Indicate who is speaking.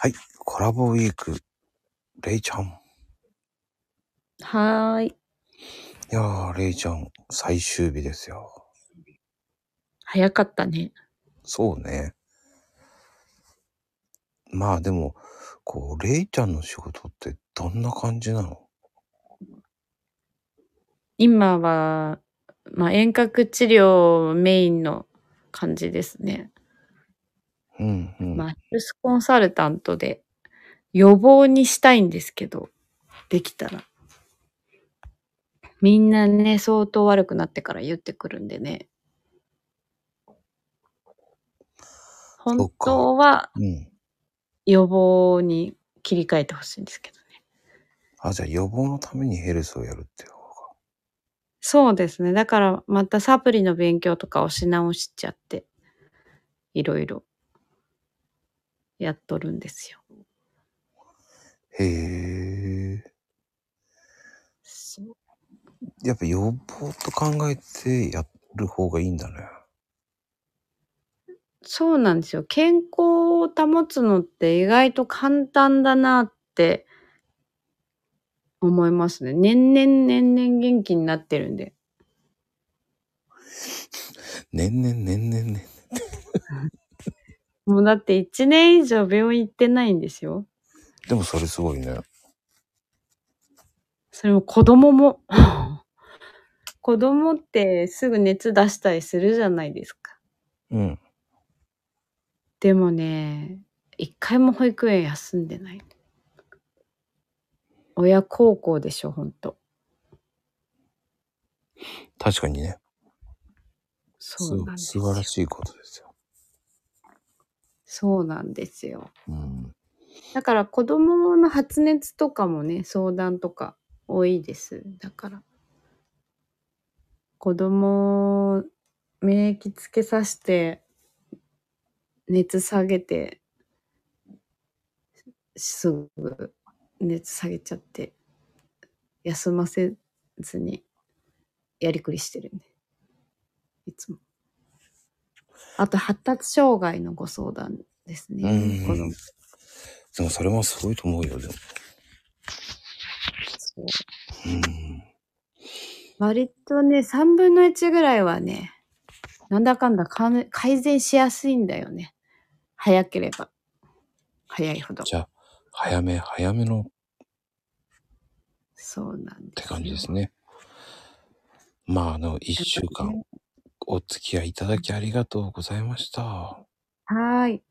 Speaker 1: はい。コラボウィーク、レイちゃん。
Speaker 2: はーい。
Speaker 1: いやー、レイちゃん、最終日ですよ。
Speaker 2: 早かったね。
Speaker 1: そうね。まあでも、こう、レイちゃんの仕事ってどんな感じなの
Speaker 2: 今は、まあ、遠隔治療メインの感じですね。
Speaker 1: うんうん。
Speaker 2: まあ、ヘルスコンサルタントで予防にしたいんですけど、できたら。みんなね、相当悪くなってから言ってくるんでね。
Speaker 1: っか
Speaker 2: 本当は
Speaker 1: うん。
Speaker 2: 予防に切り替えてほしいんですけどね。
Speaker 1: あ、じゃあ予防のためにヘルスをやるっていう方か。
Speaker 2: そうですね。だからまたサプリの勉強とかをし直しちゃって、いろいろやっとるんですよ。
Speaker 1: へ
Speaker 2: そう
Speaker 1: え。やっぱ予防と考えてやる方がいいんだね。
Speaker 2: そうなんですよ。健康を保つのって意外と簡単だなって思いますね。年々年々元気になってるんで。
Speaker 1: 年々年々ね。
Speaker 2: もうだって1年以上病院行ってないんですよ。
Speaker 1: でもそれすごいね。
Speaker 2: それも子供 も。子供ってすぐ熱出したりするじゃないですか。
Speaker 1: うん。
Speaker 2: でもね、一回も保育園休んでない。親孝行でしょ、ほんと。
Speaker 1: 確かにね。
Speaker 2: そうなんです
Speaker 1: す
Speaker 2: よ。
Speaker 1: 素晴らしいことですよ。
Speaker 2: そうなんですよ。
Speaker 1: うん。
Speaker 2: だから子供の発熱とかもね、相談とか多いです。だから。子供、免疫つけさせて、熱下げて、すぐ熱下げちゃって、休ませずにやりくりしてるね。いつも。あと、発達障害のご相談ですね。
Speaker 1: うん
Speaker 2: 子供
Speaker 1: でもそれもすごいと思うよ。でも
Speaker 2: そう
Speaker 1: うん。
Speaker 2: 割とね、3分の1ぐらいはね、なんだかんだかん改善しやすいんだよね。早ければ。早いほど。
Speaker 1: じゃあ、早め早めのっ
Speaker 2: そうなんで
Speaker 1: て
Speaker 2: す。
Speaker 1: 感じですね。まあ、あの、1週間お付き合いいただきありがとうございました。
Speaker 2: はーい。